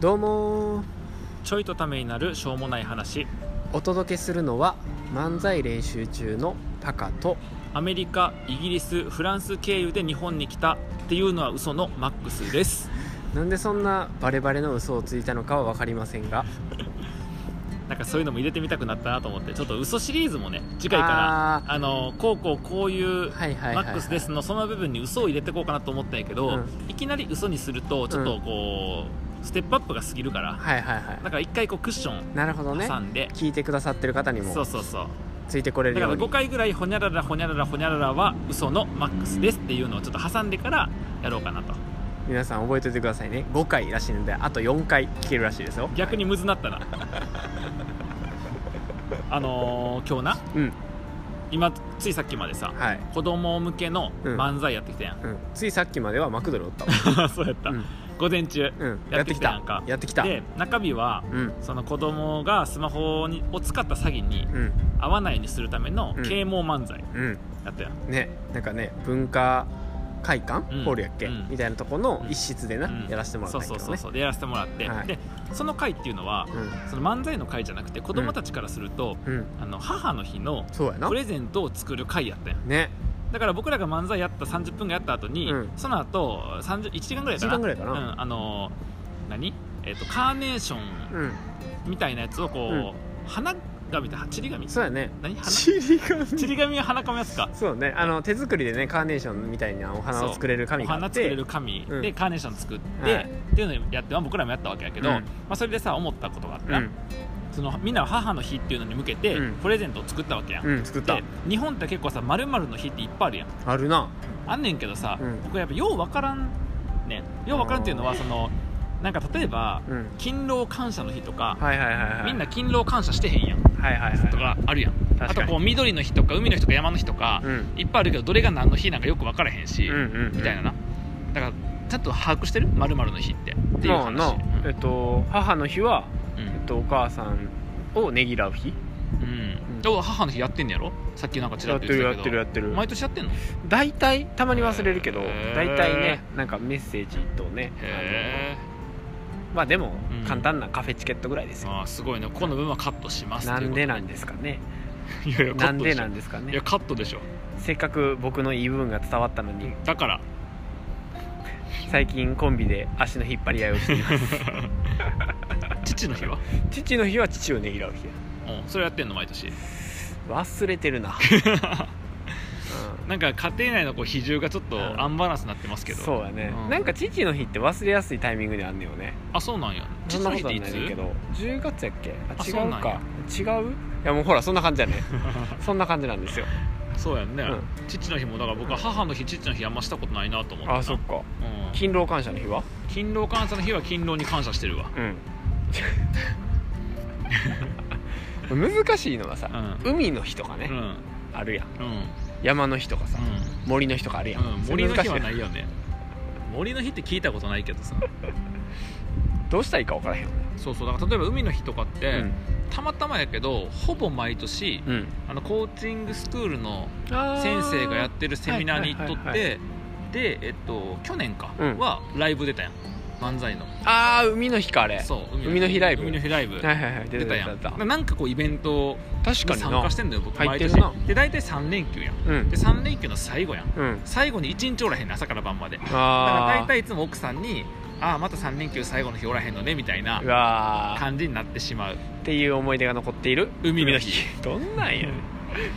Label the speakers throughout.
Speaker 1: どうもー
Speaker 2: ちょいとためになるしょうもない話
Speaker 1: お届けするのは漫才練習中のタカと
Speaker 2: アメリカイギリスフランス経由で日本に来たっていうのは嘘のマックスです
Speaker 1: なんでそんなバレバレの嘘をついたのかは分かりませんが
Speaker 2: なんかそういうのも入れてみたくなったなと思ってちょっと嘘シリーズもね次回から
Speaker 1: あ
Speaker 2: あのこうこうこういう
Speaker 1: はいはいはいはい
Speaker 2: マックスですのその部分に嘘を入れてこうかなと思ったんやけど、
Speaker 1: うん
Speaker 2: いきなり嘘にするとちょっとこう、ステップアップが過ぎるから
Speaker 1: ーはいはいは
Speaker 2: だから一回こうクッショ
Speaker 1: いなるほど
Speaker 2: ン
Speaker 1: ね
Speaker 2: 挟んで、
Speaker 1: 聞いてくださってる方に
Speaker 2: そう
Speaker 1: も
Speaker 2: そうそう
Speaker 1: ついてこれる
Speaker 2: だか
Speaker 1: よ
Speaker 2: ら
Speaker 1: う
Speaker 2: 5
Speaker 1: に
Speaker 2: 回ぐらい「ほにゃららほにゃららほにゃらら」は嘘のマックスですっていうのをちょっと挟んでからやろうかなと
Speaker 1: 皆さん覚えておいてくださいね5回らしいのであと4回聞けるらしいですよ
Speaker 2: 逆にむずなった なあのー、今日な
Speaker 1: うん
Speaker 2: 今ついさっきまでさ
Speaker 1: はい、
Speaker 2: 子供向けの
Speaker 1: うん
Speaker 2: 漫才やってきたやん、
Speaker 1: うん、ついさっきまではマクドルおったわ
Speaker 2: そうやった、
Speaker 1: うん
Speaker 2: 午前中
Speaker 1: うん
Speaker 2: やってきたやんか
Speaker 1: やってきた
Speaker 2: で中日は
Speaker 1: うん
Speaker 2: その子供がスマホにを使った詐欺に
Speaker 1: うん
Speaker 2: 合わないようにするための
Speaker 1: うん
Speaker 2: 啓蒙漫才
Speaker 1: うん
Speaker 2: やったやん、
Speaker 1: ねなんかね文化会館、
Speaker 2: うん
Speaker 1: ホールやっけ、
Speaker 2: うん
Speaker 1: みたいなとこの一室でな、
Speaker 2: うん
Speaker 1: やらせてもらったんやけ
Speaker 2: そ
Speaker 1: どね
Speaker 2: うそうそうそうでやらせてもらって、
Speaker 1: はい
Speaker 2: でその回っていうのはその漫才の回じゃなくて子供たちからすると、
Speaker 1: うん、うん、
Speaker 2: あの母の日の
Speaker 1: そうやな
Speaker 2: プレゼントを作る回やったやん
Speaker 1: ね
Speaker 2: だから僕らが漫才やった30分がやった後に、
Speaker 1: うん
Speaker 2: その後30 1時間ぐらい
Speaker 1: 1時
Speaker 2: かな
Speaker 1: 間ぐらいかな
Speaker 2: うん、あのー何、えっとカーネーション
Speaker 1: うん
Speaker 2: みたいなやつをこう、花紙ってちり紙
Speaker 1: そうやね
Speaker 2: 何花
Speaker 1: ちり紙
Speaker 2: ちり紙は花紙やつか
Speaker 1: そうねあの手作りでねカーネーションみたいなお花を作れる紙
Speaker 2: お
Speaker 1: があ
Speaker 2: 花
Speaker 1: っ
Speaker 2: 作れ
Speaker 1: て
Speaker 2: る紙
Speaker 1: うん
Speaker 2: でカーネーション作って、
Speaker 1: はい
Speaker 2: っていうのをやって、まあ、僕らもやったわけやけど、
Speaker 1: うん
Speaker 2: まあ、それでさ思ったことがあって
Speaker 1: う
Speaker 2: な、
Speaker 1: ん
Speaker 2: そのみんなは母の日っていうのに向けて、
Speaker 1: うん
Speaker 2: プレゼントを作ったわけやん、
Speaker 1: うん作った
Speaker 2: で日本って結構さ〇〇の日っていっぱいあるやん
Speaker 1: あるな
Speaker 2: あんねんけどさ、
Speaker 1: うん
Speaker 2: 僕やっぱようわからんねようわからんっていうのはそのなんか例えば
Speaker 1: うん
Speaker 2: 勤労感謝の日とか、
Speaker 1: はいはいはいはい
Speaker 2: みんな勤労感謝してへんやん
Speaker 1: はいはいはい
Speaker 2: とかあるやんあ
Speaker 1: 確か
Speaker 2: と
Speaker 1: に
Speaker 2: こう緑の日とか海の日とか山の日とか、
Speaker 1: うん
Speaker 2: いっぱいあるけどどれが何の日なんかよく分からへんし、
Speaker 1: うんうんうん
Speaker 2: みたいななだからちゃんと把握してるまるの日ってっていう
Speaker 1: なあ
Speaker 2: 話
Speaker 1: なあえっと母の日は
Speaker 2: うん
Speaker 1: えっとお母さんをねぎらう日
Speaker 2: うんでも母の日やってんのやろさっきなんかちら
Speaker 1: やっ
Speaker 2: っと
Speaker 1: て
Speaker 2: 言
Speaker 1: るやっ
Speaker 2: っ
Speaker 1: てて
Speaker 2: たけ
Speaker 1: る
Speaker 2: ど
Speaker 1: やってる
Speaker 2: 毎年やってんのへ
Speaker 1: 大体たまに忘れるけど
Speaker 2: へー
Speaker 1: 大体ねなんかメッセージとねあ
Speaker 2: え
Speaker 1: のまあでも
Speaker 2: うん
Speaker 1: 簡単なカフェチケットぐらいですよ
Speaker 2: あーすごいねこの分はカットしますと
Speaker 1: な
Speaker 2: いうこ
Speaker 1: ん
Speaker 2: と
Speaker 1: でなんですかね
Speaker 2: いやいや
Speaker 1: な
Speaker 2: カッ
Speaker 1: ん
Speaker 2: トで
Speaker 1: で
Speaker 2: しょ
Speaker 1: なんですか
Speaker 2: い
Speaker 1: ね
Speaker 2: やカットでしょ
Speaker 1: せっかく僕の言い分が伝わったのに
Speaker 2: だから
Speaker 1: 最近コンビで足の引っ張り合いを しています
Speaker 2: 父の日は
Speaker 1: 父の日は父をねぎらう日や
Speaker 2: うんそれやってんの毎年
Speaker 1: 忘れてる な、う
Speaker 2: なんか家庭内のこう比重がちょっ
Speaker 1: う
Speaker 2: と
Speaker 1: ん
Speaker 2: アンバランスになってますけ
Speaker 1: ん、
Speaker 2: ど
Speaker 1: そうやね、
Speaker 2: うん
Speaker 1: なんか父の日って忘れやすいタイミングであんねよね
Speaker 2: あそうなんや
Speaker 1: そ
Speaker 2: 父
Speaker 1: んな
Speaker 2: の
Speaker 1: こ
Speaker 2: 日
Speaker 1: と
Speaker 2: っ
Speaker 1: はない
Speaker 2: て
Speaker 1: いねんけ
Speaker 2: つ
Speaker 1: ど10月やっけあ
Speaker 2: あ
Speaker 1: 違
Speaker 2: そう
Speaker 1: う
Speaker 2: なん
Speaker 1: か
Speaker 2: や
Speaker 1: 違ういやもうほらそんな感じやね そんな感じなんですよ
Speaker 2: そうやんね
Speaker 1: うん
Speaker 2: 父の日もだから僕は母の日父の日あんましたことないなと思ってな
Speaker 1: あそっか
Speaker 2: うん
Speaker 1: 勤労感謝の日は
Speaker 2: 勤労感謝の日は勤労に感謝してるわ
Speaker 1: うん 難しいのはさ、
Speaker 2: うん
Speaker 1: 海の日とかね、
Speaker 2: うん
Speaker 1: あるやん
Speaker 2: うん
Speaker 1: 山の日とかさ、
Speaker 2: う
Speaker 1: 森の日とかあるやん、
Speaker 2: んうん森の日はないいよね森の日って聞いたことないけどさ
Speaker 1: どうしたらいいか分からへんよね
Speaker 2: そうそうだから例えば海の日とかって
Speaker 1: うん
Speaker 2: たまたまやけどほぼ毎年
Speaker 1: うん
Speaker 2: あのコーチングスクールの先生がやってるセミナーに行っとって、
Speaker 1: はいはいは
Speaker 2: で、えっと、去年か、
Speaker 1: うん
Speaker 2: はライブ出たやん漫才の
Speaker 1: あー海の日かあれ
Speaker 2: そう
Speaker 1: 海の日ライブ
Speaker 2: 海の日ライブ
Speaker 1: はいはいはい出
Speaker 2: 出
Speaker 1: た
Speaker 2: た
Speaker 1: 出
Speaker 2: や
Speaker 1: た
Speaker 2: ん
Speaker 1: 出た
Speaker 2: なんかこうイベント
Speaker 1: 確か
Speaker 2: に
Speaker 1: に
Speaker 2: 参
Speaker 1: な
Speaker 2: 加してんだよ僕
Speaker 1: 入っ
Speaker 2: 毎
Speaker 1: てる
Speaker 2: 年
Speaker 1: な
Speaker 2: で大体3連休やん
Speaker 1: うん
Speaker 2: で3連休の最後やん
Speaker 1: うん
Speaker 2: 最後に1日おらへんね朝から晩までだから
Speaker 1: あ
Speaker 2: 大体いつも奥さんに「ああまた3連休最後の日おらへんのね」みたいな
Speaker 1: ーうわー
Speaker 2: 感じになってしまう
Speaker 1: っていう思い出が残っている
Speaker 2: 海の日
Speaker 1: どんなんやねん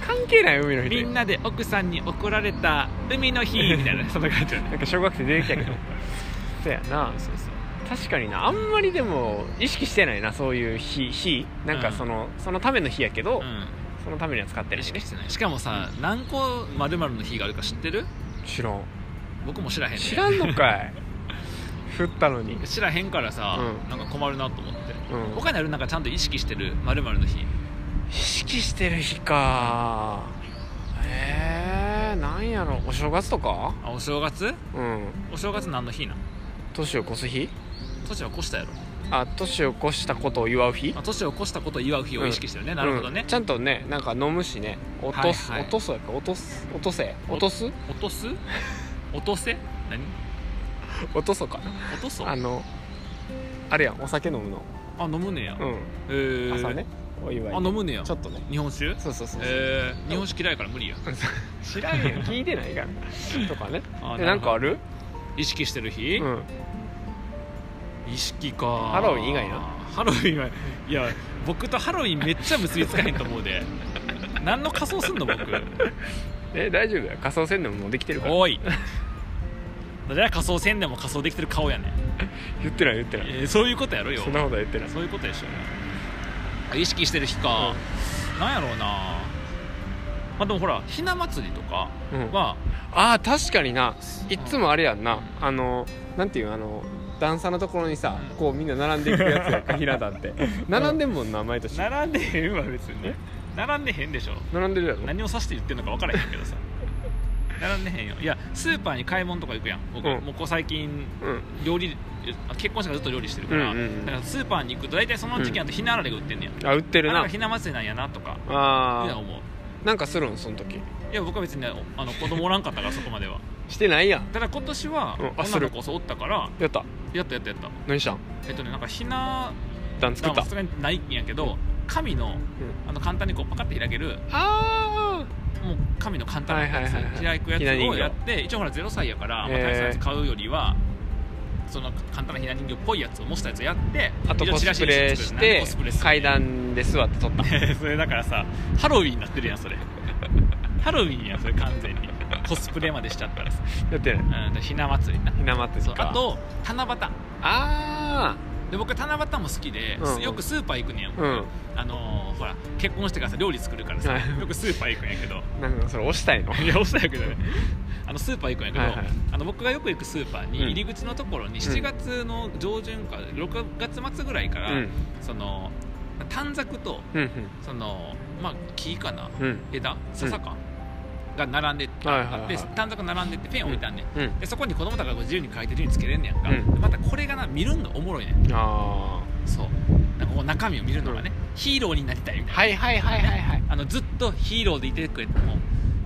Speaker 1: 関係ない海の日って
Speaker 2: みんなで奥さんに怒られた海の日みたいなそんな感じよね
Speaker 1: なんか小学生出てきたけど そうやな
Speaker 2: そうそう
Speaker 1: 確かになあんまりでも意識してないなそういう日日なんかその、そのための日やけど、
Speaker 2: うん
Speaker 1: そのためには使ってないね
Speaker 2: しかもさ、何個まるの日があるか知ってる
Speaker 1: 知らん
Speaker 2: 僕も知らへんね
Speaker 1: 知らんのか い振ったのに
Speaker 2: 知らへんからさ、
Speaker 1: うん
Speaker 2: なんか困るなと思って、
Speaker 1: うん
Speaker 2: 他にあるなんかちゃんと意識してるまるの日
Speaker 1: 意識してる日かえー、なんやろお正月とか
Speaker 2: あお正月
Speaker 1: うん
Speaker 2: お正月何の日なん
Speaker 1: 年を越す日
Speaker 2: 年は越したやろ
Speaker 1: あ年を越したことを祝う日
Speaker 2: あ年を越したことを祝う日を意識してるね、なるほど
Speaker 1: う
Speaker 2: ね
Speaker 1: ん、ちゃんとねなんか飲むしね落とす、
Speaker 2: はいはい
Speaker 1: 落とすやっぱ落とす落とせ落とす
Speaker 2: 落とす落とせ何
Speaker 1: 落とそうか
Speaker 2: 落とそう
Speaker 1: あのあれやんお酒飲むの
Speaker 2: あ飲むねや、
Speaker 1: うん、
Speaker 2: えー、
Speaker 1: 朝ねお祝い
Speaker 2: あ飲むねや
Speaker 1: ちょっとね
Speaker 2: 日本酒
Speaker 1: そうそうそうそう、
Speaker 2: えー、日本酒嫌いから無理や
Speaker 1: 知らんやん聞いてないからとかね
Speaker 2: あ
Speaker 1: でなんかある
Speaker 2: るほど 意識してる日、
Speaker 1: うん
Speaker 2: 意識か
Speaker 1: ハロウィン以外な
Speaker 2: ハロウィンはいや僕とハロウィンめっちゃ結びつかへんと思 うで何の仮装すんの僕
Speaker 1: え大丈夫や仮想宣伝もできてるから
Speaker 2: おい誰が仮装せんでも仮装できてる顔やねん、
Speaker 1: 言ってない言ってない
Speaker 2: えーそういうことやろよ
Speaker 1: そんなことは言ってない
Speaker 2: そういうことでしょうね意識してる日か、なんやろうなまあでもほらひな祭りとか
Speaker 1: うん
Speaker 2: は、
Speaker 1: あー確かにないっつもあれやんな、
Speaker 2: うん
Speaker 1: あのなんていうあの段差のところにさ、
Speaker 2: うん
Speaker 1: こうみんな並んでいくやつやんかひな壇 って並んでんもんな毎年
Speaker 2: 並んでへんわ別にね並んでへんでしょ
Speaker 1: 並んでるやろ
Speaker 2: 何を指して言ってるのか分からへんけどさ並んでへんよいやスーパーに買い物とか行くやん僕、
Speaker 1: うん
Speaker 2: もうこう最近
Speaker 1: うん
Speaker 2: 料理あ結婚してからずっと料理してるから,、
Speaker 1: うんうんうん
Speaker 2: だからスーパーに行くと大体その時期だとひなあられが売ってんねや、
Speaker 1: あ売ってる
Speaker 2: あなんか
Speaker 1: な
Speaker 2: ひな祭りなんやなとかいや
Speaker 1: あ
Speaker 2: 思う
Speaker 1: ーなんかするんその時
Speaker 2: いや僕は別にねおあの子供おらんかったからそこまでは
Speaker 1: してないやん
Speaker 2: ただ今年は
Speaker 1: うんあす
Speaker 2: 女
Speaker 1: る
Speaker 2: の子そうおったから
Speaker 1: やった
Speaker 2: やったやったやった
Speaker 1: 何したん
Speaker 2: えっとねなんかひな
Speaker 1: 段作っ
Speaker 2: 壇
Speaker 1: た
Speaker 2: はさすがにないんやけど紙のあの簡単にこうパカッて開ける
Speaker 1: あ
Speaker 2: もう紙の簡単なやつ、
Speaker 1: はいはいはいはい
Speaker 2: 開くや
Speaker 1: ひな
Speaker 2: つ
Speaker 1: 人
Speaker 2: を
Speaker 1: 形
Speaker 2: やって一応ほら0歳やから、まあ、
Speaker 1: へー
Speaker 2: 大切なやつ買うよりはその簡単なひな人形っぽいやつを模したやつをやって
Speaker 1: ああと
Speaker 2: 一応
Speaker 1: コ
Speaker 2: チラ
Speaker 1: ス
Speaker 2: シ
Speaker 1: プ
Speaker 2: に
Speaker 1: レ
Speaker 2: 作
Speaker 1: し
Speaker 2: るなんで
Speaker 1: て
Speaker 2: コスプレする
Speaker 1: 階段で座って撮 った
Speaker 2: それだからさハロウィンになってるやんそれ ハロウィンやんそれ完全にコスプレまでしちゃったらさ、
Speaker 1: やってない
Speaker 2: うん、ひな祭りな
Speaker 1: ひな祭
Speaker 2: そう
Speaker 1: りか
Speaker 2: あと七夕
Speaker 1: あ
Speaker 2: で僕七夕も好きで、
Speaker 1: うんうん
Speaker 2: よくスーパー行くねん、
Speaker 1: あうん
Speaker 2: あのーほら結婚してからさ料理作るからさ
Speaker 1: はい
Speaker 2: よくスーパー行くんやけど
Speaker 1: なんかそれ押したいの
Speaker 2: いやおそらくだねあのスーパー行くんやけど、
Speaker 1: はいはい
Speaker 2: あの僕がよく行くスーパーに
Speaker 1: うん
Speaker 2: 入り口のところに7月の上旬か6月末ぐらいか
Speaker 1: う
Speaker 2: ら、
Speaker 1: ん
Speaker 2: その短冊と
Speaker 1: うん
Speaker 2: そのまあ木かな
Speaker 1: うんうん
Speaker 2: 枝笹か、が並んでて、
Speaker 1: はいはいはい
Speaker 2: で短冊並んでってペン置いてあんねん、
Speaker 1: うん
Speaker 2: でそこに子供たちが自由に書いて自由につけれんねやんか、
Speaker 1: うん
Speaker 2: でまたこれがな見るんがおもろいねん
Speaker 1: あ
Speaker 2: そうなんかこう中身を見るのがね、ヒーローになりたいみたい
Speaker 1: あ
Speaker 2: な、
Speaker 1: はいはいはいはいはい
Speaker 2: あのずっとヒーローでいてくれても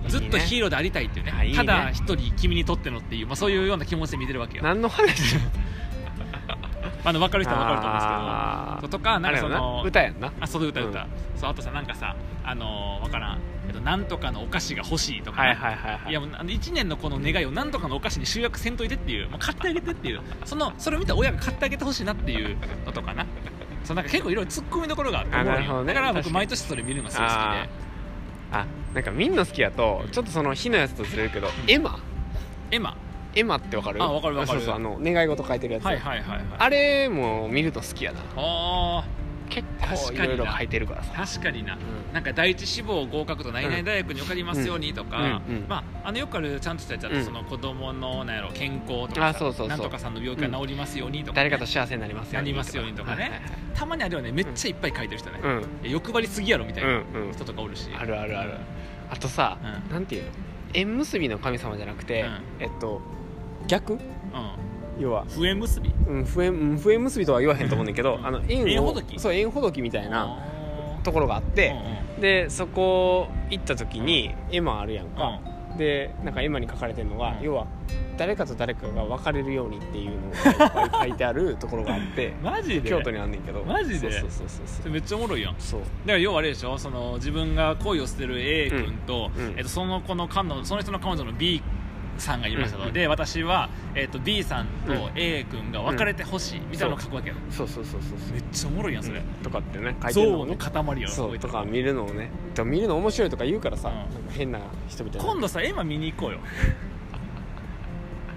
Speaker 2: ずっとヒーローでありたいっていうね
Speaker 1: あいいね
Speaker 2: ただ一人君にとってのっていう、まあ、そういうような気持ちで見てるわけよ、まあ、
Speaker 1: 何の話
Speaker 2: あの分かる人は分かると思うんです
Speaker 1: あ
Speaker 2: けどそうとか
Speaker 1: ーあ
Speaker 2: なん
Speaker 1: れ
Speaker 2: か
Speaker 1: や な
Speaker 2: その
Speaker 1: 歌やんな
Speaker 2: あそう歌歌、そうあとさなんかさあのー、分からん、えっと、なんとかのお菓子が欲しいとかね、
Speaker 1: はいはいはいはい
Speaker 2: やもうあの1年のこの願いをなんとかのお菓子に集約せんといてっていうもう買ってあげてっていうそのそれを見た親が買ってあげてほしいなっていうのとかなそうなんか結構いろいろツッコミどころがあって
Speaker 1: あ
Speaker 2: 思う
Speaker 1: なる
Speaker 2: ん
Speaker 1: ほど
Speaker 2: よ
Speaker 1: ね
Speaker 2: だから
Speaker 1: 確か
Speaker 2: 僕
Speaker 1: に
Speaker 2: 毎年それ見るのがすごい好き
Speaker 1: ああなんかみんな好きやとちょっとその火のやつとずれるけどエマ
Speaker 2: でエマ
Speaker 1: エマってわかる
Speaker 2: あわかるわかる
Speaker 1: そうそうあの願い事書いてるやつ、
Speaker 2: はいはいはいはい
Speaker 1: あれも見ると好きやな
Speaker 2: あ
Speaker 1: 結
Speaker 2: 確か
Speaker 1: 構
Speaker 2: に
Speaker 1: い
Speaker 2: な
Speaker 1: ろいろ書いてるから
Speaker 2: ー
Speaker 1: さ
Speaker 2: 確かにななんか第一志望合格と何々大学に受かりますようにとか、
Speaker 1: うんうんうん
Speaker 2: まあ、あのよくあるちゃんとしたやつだ
Speaker 1: う
Speaker 2: と
Speaker 1: ん
Speaker 2: その子供のなんやろ健康とか
Speaker 1: あそうそうそう
Speaker 2: なんとかさんの病気が治りますようにとか、
Speaker 1: 誰かと幸せになりますように
Speaker 2: なりますようにとかね
Speaker 1: はいはいはい
Speaker 2: たまにあるよねめっちゃいっぱい書いてる人ね、
Speaker 1: うん
Speaker 2: いや欲張りすぎやろみたいな
Speaker 1: うんうん
Speaker 2: 人とかおるし、
Speaker 1: あるあるあるあとさ
Speaker 2: うん、
Speaker 1: なんていうの縁結びの神様じゃなくて、
Speaker 2: うん
Speaker 1: えっと逆
Speaker 2: う
Speaker 1: 要は
Speaker 2: ん、笛結び
Speaker 1: うん不縁うん不縁結びとは言わへんと思うねんだけど
Speaker 2: うん
Speaker 1: あの縁を
Speaker 2: 縁ほどき
Speaker 1: そう縁ほどきみたいな
Speaker 2: あー
Speaker 1: ところがあっ
Speaker 2: う
Speaker 1: て
Speaker 2: ん、
Speaker 1: でそこ行った時に絵馬あるやん
Speaker 2: うん
Speaker 1: か、でなんか絵馬に書かれてるのが、
Speaker 2: うん、
Speaker 1: 要は誰かと誰かが別れるようにっていうのがいっぱい書いてあるところがあって
Speaker 2: マジで
Speaker 1: 京都にあんねんけど
Speaker 2: マジで
Speaker 1: そうそうそうそ
Speaker 2: そうれめっちゃおもろいやんだ
Speaker 1: そう
Speaker 2: から要はあれでしょその自分が恋を捨てる A 君と,、
Speaker 1: うんうん
Speaker 2: えっとその子の彼女その人の彼女の B さんがいましたと、
Speaker 1: うんうん
Speaker 2: で私は、えっと B さん
Speaker 1: う
Speaker 2: と A 君が別れてほしい、みたいなのを書くわけよ
Speaker 1: そうそうそうそう
Speaker 2: めっちゃおもろいやんそれ、
Speaker 1: とかってね書いてるの
Speaker 2: 象
Speaker 1: を
Speaker 2: の
Speaker 1: ね
Speaker 2: 塊よ
Speaker 1: そう
Speaker 2: 覚えて
Speaker 1: と
Speaker 2: る
Speaker 1: か見るのをねでも見るの面白いとか言うからさ、
Speaker 2: うん
Speaker 1: なんか変な人みたいな
Speaker 2: 今度さエマ見に行こうよ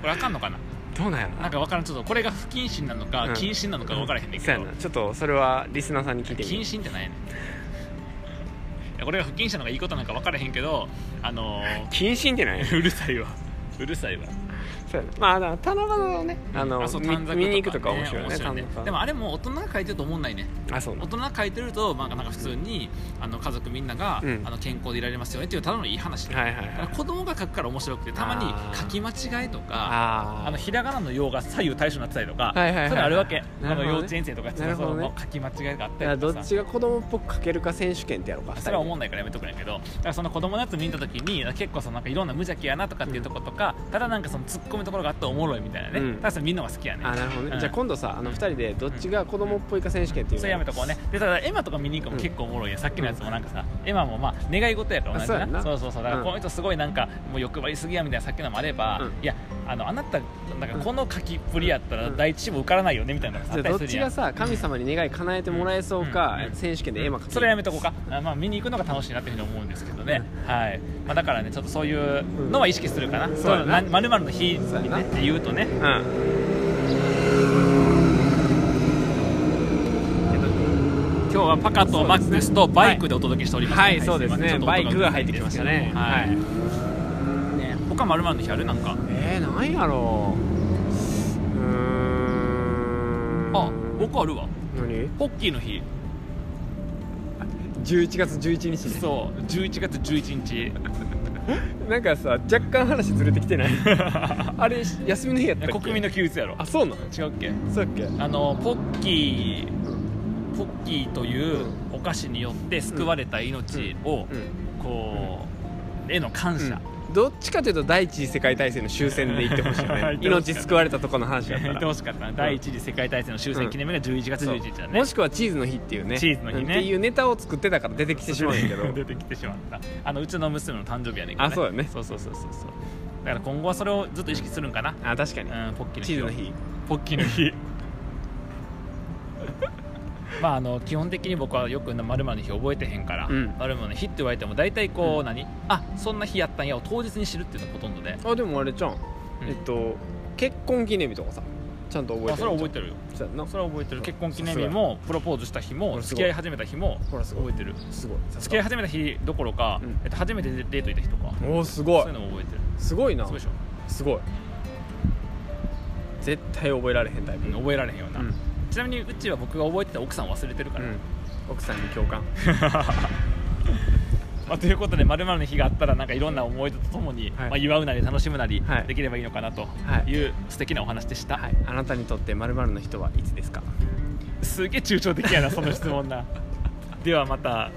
Speaker 2: これあかんのかな
Speaker 1: どうなんやろ
Speaker 2: なんかわからんちょっとこれが不謹慎なのか、
Speaker 1: うん
Speaker 2: 謹慎なのか分からへんねんけ
Speaker 1: そう
Speaker 2: ど
Speaker 1: やなちょっとそれはリスナーさんに聞いてみ
Speaker 2: 謹慎ってなんやねんいやこれが不謹慎なのかいいことなのか分からへんけどあのー
Speaker 1: 謹慎ってない
Speaker 2: うるさいわうるさいわ
Speaker 1: そうやなまあだから七夕をねあの
Speaker 2: そう
Speaker 1: み
Speaker 2: 短冊
Speaker 1: 見に行くとか面白いよね
Speaker 2: ね
Speaker 1: 短冊
Speaker 2: でもあれも大人が書いてると思んないね
Speaker 1: あそうな
Speaker 2: 大人が書いてると、まあ、なんか普通にあの家族みんなが、
Speaker 1: うん
Speaker 2: あの健康でいられますよねっていうただのいい話、
Speaker 1: はいはい
Speaker 2: だか
Speaker 1: は
Speaker 2: ら
Speaker 1: い
Speaker 2: 子供が書くから面白くてたまに
Speaker 1: あー
Speaker 2: 書き間違いとか
Speaker 1: あ
Speaker 2: あの
Speaker 1: ー
Speaker 2: ひらがなの用が左右対称になってたりとか、
Speaker 1: はいはいはいはい
Speaker 2: そういうのあるわけ、
Speaker 1: なる
Speaker 2: あ
Speaker 1: ほど
Speaker 2: の
Speaker 1: ね
Speaker 2: 幼稚園生とかやってた
Speaker 1: な
Speaker 2: ら
Speaker 1: る
Speaker 2: そ
Speaker 1: ほどね
Speaker 2: の書き間違いがあ
Speaker 1: だ
Speaker 2: った
Speaker 1: から
Speaker 2: り
Speaker 1: ど
Speaker 2: とか
Speaker 1: っ
Speaker 2: さ
Speaker 1: ちが子供っぽく書けるか選手権ってやろうか
Speaker 2: それは
Speaker 1: 二人
Speaker 2: 思んないからやめとくんやけどだからその子供のやつ見た時に結構そのなんかいろんな無邪気やなとかっていうとことか、ただなんかその突っ突っ込むところがあっておもろいみたいなね、
Speaker 1: うん
Speaker 2: ただそれ見るのが好きやね
Speaker 1: あなるほどね、
Speaker 2: うん
Speaker 1: じゃあ今度さあの2人でどっちが子供っぽいか選手権っていう
Speaker 2: そ
Speaker 1: の
Speaker 2: れやめとこうねでただエマとか見に行くのも結構おもろいやんさっきのやつもなんかさ、エマもまあ願い事やから同じ
Speaker 1: あそうやんな
Speaker 2: そうそうそうだから
Speaker 1: うん
Speaker 2: この人すごいなんかもう欲張りすぎやみたいなさっきのもあれば、
Speaker 1: うん
Speaker 2: いやあのあなたなんかこの書きっぷりやったら第一志望受からないよねみたいなのが
Speaker 1: じゃ
Speaker 2: あった
Speaker 1: あど
Speaker 2: り
Speaker 1: っ
Speaker 2: する
Speaker 1: ち
Speaker 2: やん
Speaker 1: がさ神様に願い叶えてもらえそうか、
Speaker 2: うん
Speaker 1: 選手権で絵馬描く
Speaker 2: それはやめとこうかあ、まあ、見に行くのが楽しいなっていうふうに思うんですけどね、はいまあ、だからねちょっとそういうのは意識するかな、
Speaker 1: ん
Speaker 2: そう
Speaker 1: そうやな
Speaker 2: まるまるの日
Speaker 1: そう
Speaker 2: に
Speaker 1: やな
Speaker 2: ねって言うとね
Speaker 1: うん
Speaker 2: 今日はパカとマックスとバイクでお届けしております、
Speaker 1: はいはいそうですね
Speaker 2: ちょっと音
Speaker 1: バイクが入ってきましたね
Speaker 2: はい、ね他まるまるの日あるなんか
Speaker 1: えー、なんやろううーん
Speaker 2: あ僕あるわ
Speaker 1: 何
Speaker 2: ポッキーの日
Speaker 1: 11月11日ね
Speaker 2: そう11月11日
Speaker 1: なんかさ若干話ずれてきてないあれ休みの日やっ
Speaker 2: い
Speaker 1: たっ
Speaker 2: や
Speaker 1: け
Speaker 2: 国民の休日やろ
Speaker 1: あそうなの
Speaker 2: 違うっけ
Speaker 1: そうやっけ
Speaker 2: あのポッキーポッキーというお菓子によって救われた命を
Speaker 1: う
Speaker 2: こうへの感謝
Speaker 1: んどっちかというと第一次世界大戦の終戦で行ってほしいよ
Speaker 2: 言
Speaker 1: ね
Speaker 2: ってほし
Speaker 1: 命
Speaker 2: い
Speaker 1: 救われたとこの話やった
Speaker 2: 言って
Speaker 1: ら
Speaker 2: ほしかったな第一次世界大戦の終戦記念日が11月
Speaker 1: そう
Speaker 2: 11日だね
Speaker 1: もしくはチーズの日っていうね
Speaker 2: チーズの日ね
Speaker 1: っていうネタを作ってたから出てきてしまうんやけど
Speaker 2: 出てきてしまったあのうちの娘の誕生日やねんけど
Speaker 1: あそうだね
Speaker 2: そうそうそうそうそうだから今後はそれをずっと意識するんかな
Speaker 1: あ確かに
Speaker 2: うんポッキーの日を
Speaker 1: チーズの日
Speaker 2: ポッキーの日 まああの基本的に僕はよく「まるの日」覚えてへんから「
Speaker 1: うん
Speaker 2: まるの日」って言われても大体こう、
Speaker 1: うん
Speaker 2: 何あそんな日やったんやを当日に知るっていうのがほとんどで、
Speaker 1: あでもあれじゃん、
Speaker 2: うん
Speaker 1: えっと結婚記念日とかさちゃんと覚えてる
Speaker 2: あそれは覚えてるよ
Speaker 1: そうやんな
Speaker 2: それは覚えてる結婚記念日もプロポーズした日も
Speaker 1: 俺す
Speaker 2: 付
Speaker 1: ごい
Speaker 2: き合い始めた日も
Speaker 1: ほらすごい
Speaker 2: 覚えてる
Speaker 1: すごい
Speaker 2: 付き合い始めた日どころか、
Speaker 1: うん
Speaker 2: えっと、初めてデート行った日とか
Speaker 1: おおす
Speaker 2: そ
Speaker 1: ごいう
Speaker 2: いうのも覚えてる
Speaker 1: すごいな
Speaker 2: そうでしょ、
Speaker 1: すごい絶対覚えられへんタイプ
Speaker 2: うん覚えられへんような、
Speaker 1: うん
Speaker 2: ちなみにうちは僕が覚えてた奥さん忘れてるから、
Speaker 1: 奥さんに共感
Speaker 2: まあ、ということで、まるの日があったら、なんかいろんな思い出とともに、
Speaker 1: はい
Speaker 2: まあ、祝うなり楽しむなり
Speaker 1: はい、
Speaker 2: できればいいのかなと
Speaker 1: はい
Speaker 2: いう素敵なお話でした。
Speaker 1: はいあなたにとってまるの人はいつですか
Speaker 2: すげえ抽象的やな、その質問な。ではまた